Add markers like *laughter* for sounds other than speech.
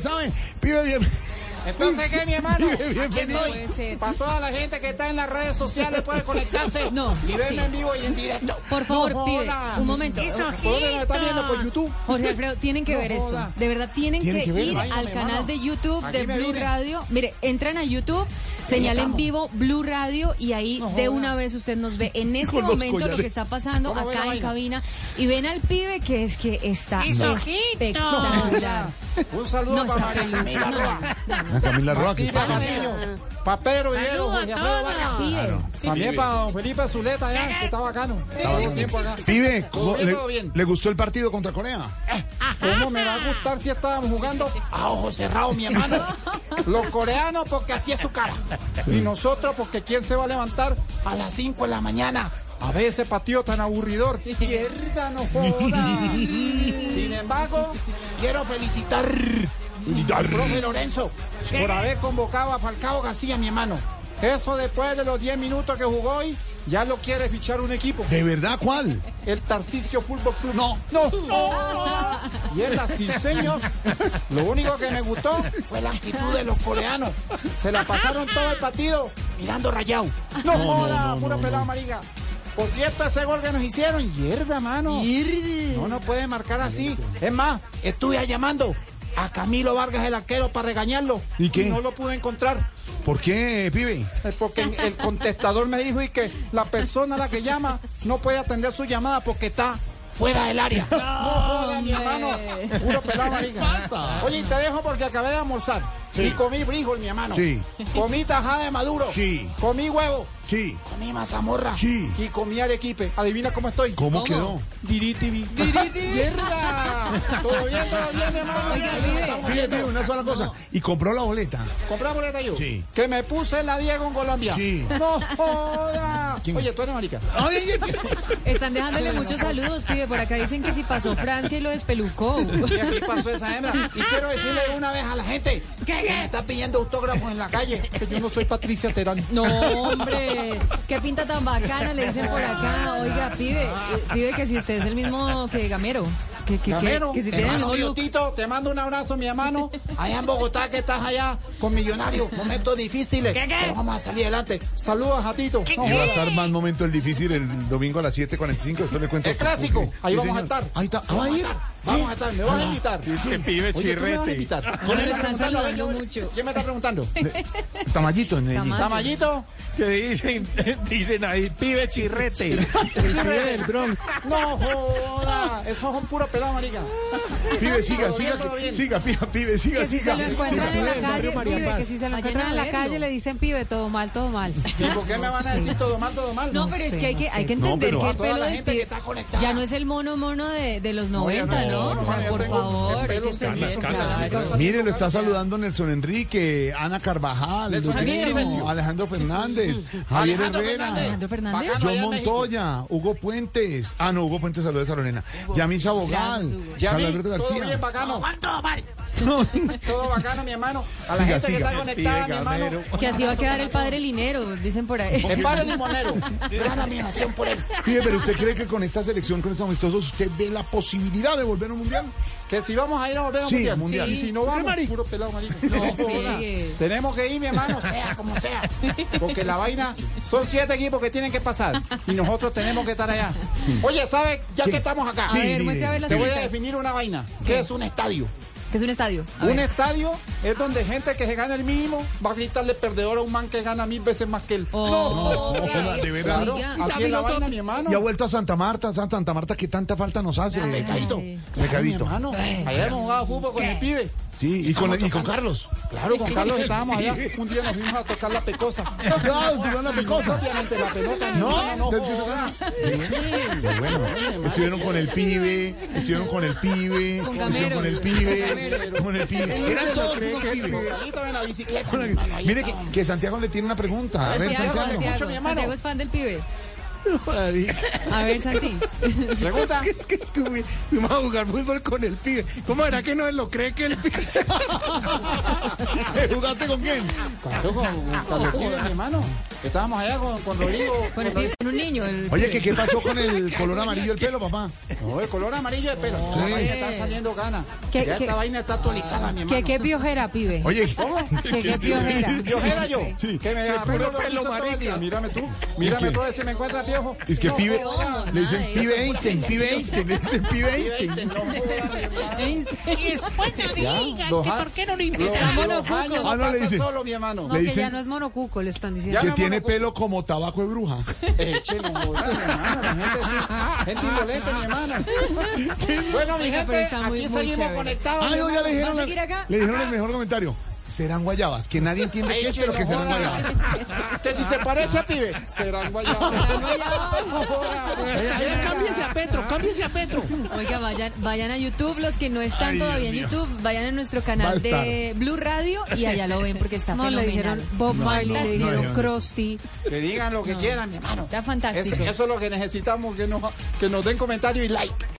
¿sabe? Pibe bien. Entonces, ¿qué, mi hermano? Vive *laughs* bien Aquí feliz. estoy. Puede ser. Para toda la gente que está en las redes sociales puede conectarse *laughs* No, y verme sí. en vivo y en directo. Por favor, No pibe, joda. un momento. ¿Por dónde nos están viendo? Por YouTube. Jorge Alfredo, tienen que No ver esto. joda. De verdad, tienen Tienen que, que verlo. ir Váyame, al canal mano. de YouTube Aquí de me Blue vine. Radio. Mire, entran a YouTube, señalen estamos. vivo Blue Radio y ahí No de joda. una vez usted nos ve en este Con los momento lo que collares. está pasando ¿Cómo ve la acá en vaina? cabina y ven al pibe que es que está ¡Hizo espectacular. Un saludo No, para esa María peluca, Camila no. Roa. A Ah, Camila Roa, que Sí, está para acá. Niño, para Pedro Villero, Saludos Jorge a Alfredo Vaca. todos. También para don Felipe Zuleta, ya, que está bacano. Todo tiempo acá. Pibe, ¿cómo Todo bien, le, todo bien. le gustó el partido contra Corea? ¿Cómo me va a gustar si estábamos jugando a ojos cerrados, mi hermano? Los coreanos porque así es su cara. Y nosotros porque quién se va a levantar a las 5 de la mañana a ver ese partido tan aburridor. Mierda, no joda. Sin embargo, quiero felicitar al profe Lorenzo por haber convocado a Falcao García, mi hermano. Eso después de los 10 minutos que jugó hoy, ya lo quiere fichar un equipo. ¿De verdad cuál? El Tarcisio Fútbol Club. No. no, no. *laughs* Y él así, señor. Lo único que me gustó fue la actitud de los coreanos. Se la pasaron todo el partido mirando rayado. No, joda, puro pelado, marica. Por cierto, ese gol que nos hicieron, mierda, mano. No nos puede marcar así. Es más, estuve llamando a Camilo Vargas, el arquero, para regañarlo. ¿Y qué? no lo pude encontrar. ¿Por qué, pibe? Eh, Porque el contestador me dijo y que la persona a la que llama no puede atender su llamada porque está fuera del área. No, joda, mi hermano. Puro pelado, marica. Oye, y te dejo porque acabé de almorzar. Y comí frijol, mi hermano. Sí. Comí tajada de maduro. Sí. Comí huevo. Sí. Comí mazamorra. Sí. Y comí arequipe. Adivina cómo estoy. ¿Cómo, quedó? Diritibi. ¡Mierda! Todo bien, todo bien, mi hermano. Oiga, vive. Pibe, pibe, una sola cosa. ¿Y compró la boleta? ¿Compramos boleta yo? Sí. Que me puse en la 10 con Colombia. Sí. No joda. ¿Quién? Oye, tú eres marica. Ay, *laughs* Están dejándole muchos saludos, pibe. Por acá dicen que si pasó Francia y lo despelucó. *laughs* Y aquí pasó esa hembra. Y quiero decirle una vez a la gente que me está pidiendo autógrafos en la calle que yo no soy Patricia Terán. No, hombre, qué pinta tan bacana, le dicen por acá. Oiga, pibe, eh, pibe que si usted es el mismo que Gamero. Que, que, que- Camero, que si tiene el hermano mismo mío, look. Tito, te mando un abrazo, mi hermano. Allá en Bogotá, que estás allá con millonarios, momentos difíciles. Pero vamos a salir adelante. Saludos a Tito. No Y va a joda. estar más momento el difícil el domingo a las 7.45. Después le cuento. El clásico, ahí vamos a estar. Ahí está. ¿Ah, ¿Va a Vamos ir? Vamos a estar, me vas a invitar. Este pibe Oye, ¿tú me vas a chirrete. invitar? No, me están saludando mucho. ¿Quién me está preguntando? Tamayito en Medellín. Tamayo. ¿Tamayito? Que *laughs* dicen, dicen ahí, pibe chirrete. Chirrete. No joda, esos son puros pelados, marica. Pibe, siga, Todo bien, siga. todo bien. Siga, pibe, pibe, siga, Que si se siga. lo encuentran en la María calle, Paz. pibe, que si se lo Vayan encuentran a en la verlo. calle le dicen, pibe, todo mal, todo mal. ¿Y por qué me van a decir todo mal, todo mal? No, pero es sé, que hay que, hay que no sé. No, entender pero- que a el toda pelo la del gente que pibe está conectada. ya no es el mono mono de, de los No, ya 90, no es el mono, ¿no? O sea, ya por tengo el favor, hay pelo que entender eso, escándalo, claro. escándalo. Mire, lo está saludando Nelson Enrique, Ana Carvajal, Nelson Lucero, Enrique, Asensio. Alejandro Fernández, Javier Herrera, Alejandro Fernández. Bacano, John allá en México. Montoya, Hugo Puentes. Ah, no, Hugo Puentes, saludos a Lorena. Yamisa Bogal, Gracias, Hugo. Ya Carlos vi, Alberto todo bien García. bacano. *laughs* Todo bacano, mi hermano. A la Siga, gente que siga. está conectada, mi hermano. Que así va a quedar el padre Linero, dicen por *laughs* ahí. El padre limonero. Gran admiración por él. Pibe, pero ¿usted cree que con esta selección, con estos amistosos, usted ve la posibilidad de volver a un mundial? Que si vamos a ir a volver a un Sí, mundial. mundial. Y si no vamos, puro pelado, marico. No joda. friegue. Tenemos que ir, mi hermano, sea como sea. Porque la vaina, son siete equipos que tienen que pasar. Y nosotros tenemos que estar allá. Oye, ¿sabes? Ya que estamos acá, A Sí, ver, mire, muestra a ver las te voy a citas. definir una vaina. ¿Qué es un estadio? Que es un estadio. A Un ver. estadio es donde gente que se gana el mínimo va a gritarle perdedor a un man que gana mil veces más que él. Oh, no, oiga, de verdad. Claro, oiga. así es la vaina, mi hermano. Y ha vuelto a Santa Marta, Santa, Santa Marta, que tanta falta nos hace. Pecadito. Pecadito. Claro, mi hermano. Ayer hemos jugado fútbol con el pibe. Sí, y con, y con Carlos. Claro, con Carlos estábamos allá. Un día nos fuimos a tocar la pecosa. Claro, si van la pecosa. Obviamente la pelota. No, no, te- no, te- joda. Pero bueno, estuvieron con el pibe, estuvieron con el pibe, Con estuvieron Gamero. con el Con pibe, Gamero. con el pibe. Eran todos unos pibes. Carlito en la bicicleta. Con el- hermano, ahí Mire que, estábamos. que Santiago le tiene una pregunta. A ver, Santiago, Santiago. Santiago, Mucho, mi hermano. Santiago es fan del pibe. Marica, A ver, Santi. Pregunta. *laughs* es que es que fui- fuimos a jugar fútbol con el pibe. ¿Cómo era que no se lo cree que *laughs* el pibe? ¿Eh, ¿Jugaste con quién? Claro, con, con Carlos Pibe, mi hermano. Estábamos allá con, con Rodrigo. Con, el con pibe, con un niño. el Oye, pibe. ¿qué, ¿qué pasó con el color amarillo del pelo, papá? No, el color amarillo de pelo. Esta vaina está saliendo gana. ¿Qué- ya qué- esta vaina está actualizada, mi hermano. Que qué piojera, pibe. Oye, Que qué piojera. Yo era yo. Sí. Que me puro acuerdo pelo pelo todo el día. marica. Mírame tú. Mírame qué? tú a ver si me encuentra viejo. es que No, pibe, no, le dicen nada de pibe Einstein, pibe Einstein, le dicen pibe Este, Einstein. Y después no digan los que a- por qué no lo Los, invitaron. Está los monocuco. años Ah, no, no le pasan dice- solo, mi hermano. No, Le que dicen- ya no es monocuco, le están diciendo. Ya Que no, tiene monocuco. pelo como tabaco de bruja. Eh, che, no jodas, mi hermano. La gente es gente indolente, mi hermano. Bueno, mi Oiga, pero gente, está muy, aquí muy seguimos chévere. conectados. Ah, mi no, ya le hermano. dijeron, ¿Va a seguir acá? le dijeron el mejor comentario. Serán guayabas, que nadie entiende Ay, qué es, che, pero que no serán jodas. guayabas. Que si se parece a pibe, serán guayabas. Serán guayabas. No jodas. Cámbiense a Petro, cámbiense a Petro. Oiga, vayan, vayan a YouTube, los que no están Ay, Dios todavía en mío. YouTube, vayan a nuestro Va a canal estar. de Blue Radio y allá lo ven porque está No, le fenomenal. dijeron Bob Marley, le Fantástico. dijeron Krusty. Que digan lo que quieran, mi hermano. Está fantástico. Es- eso es lo que necesitamos, que nos, que nos den comentarios y like.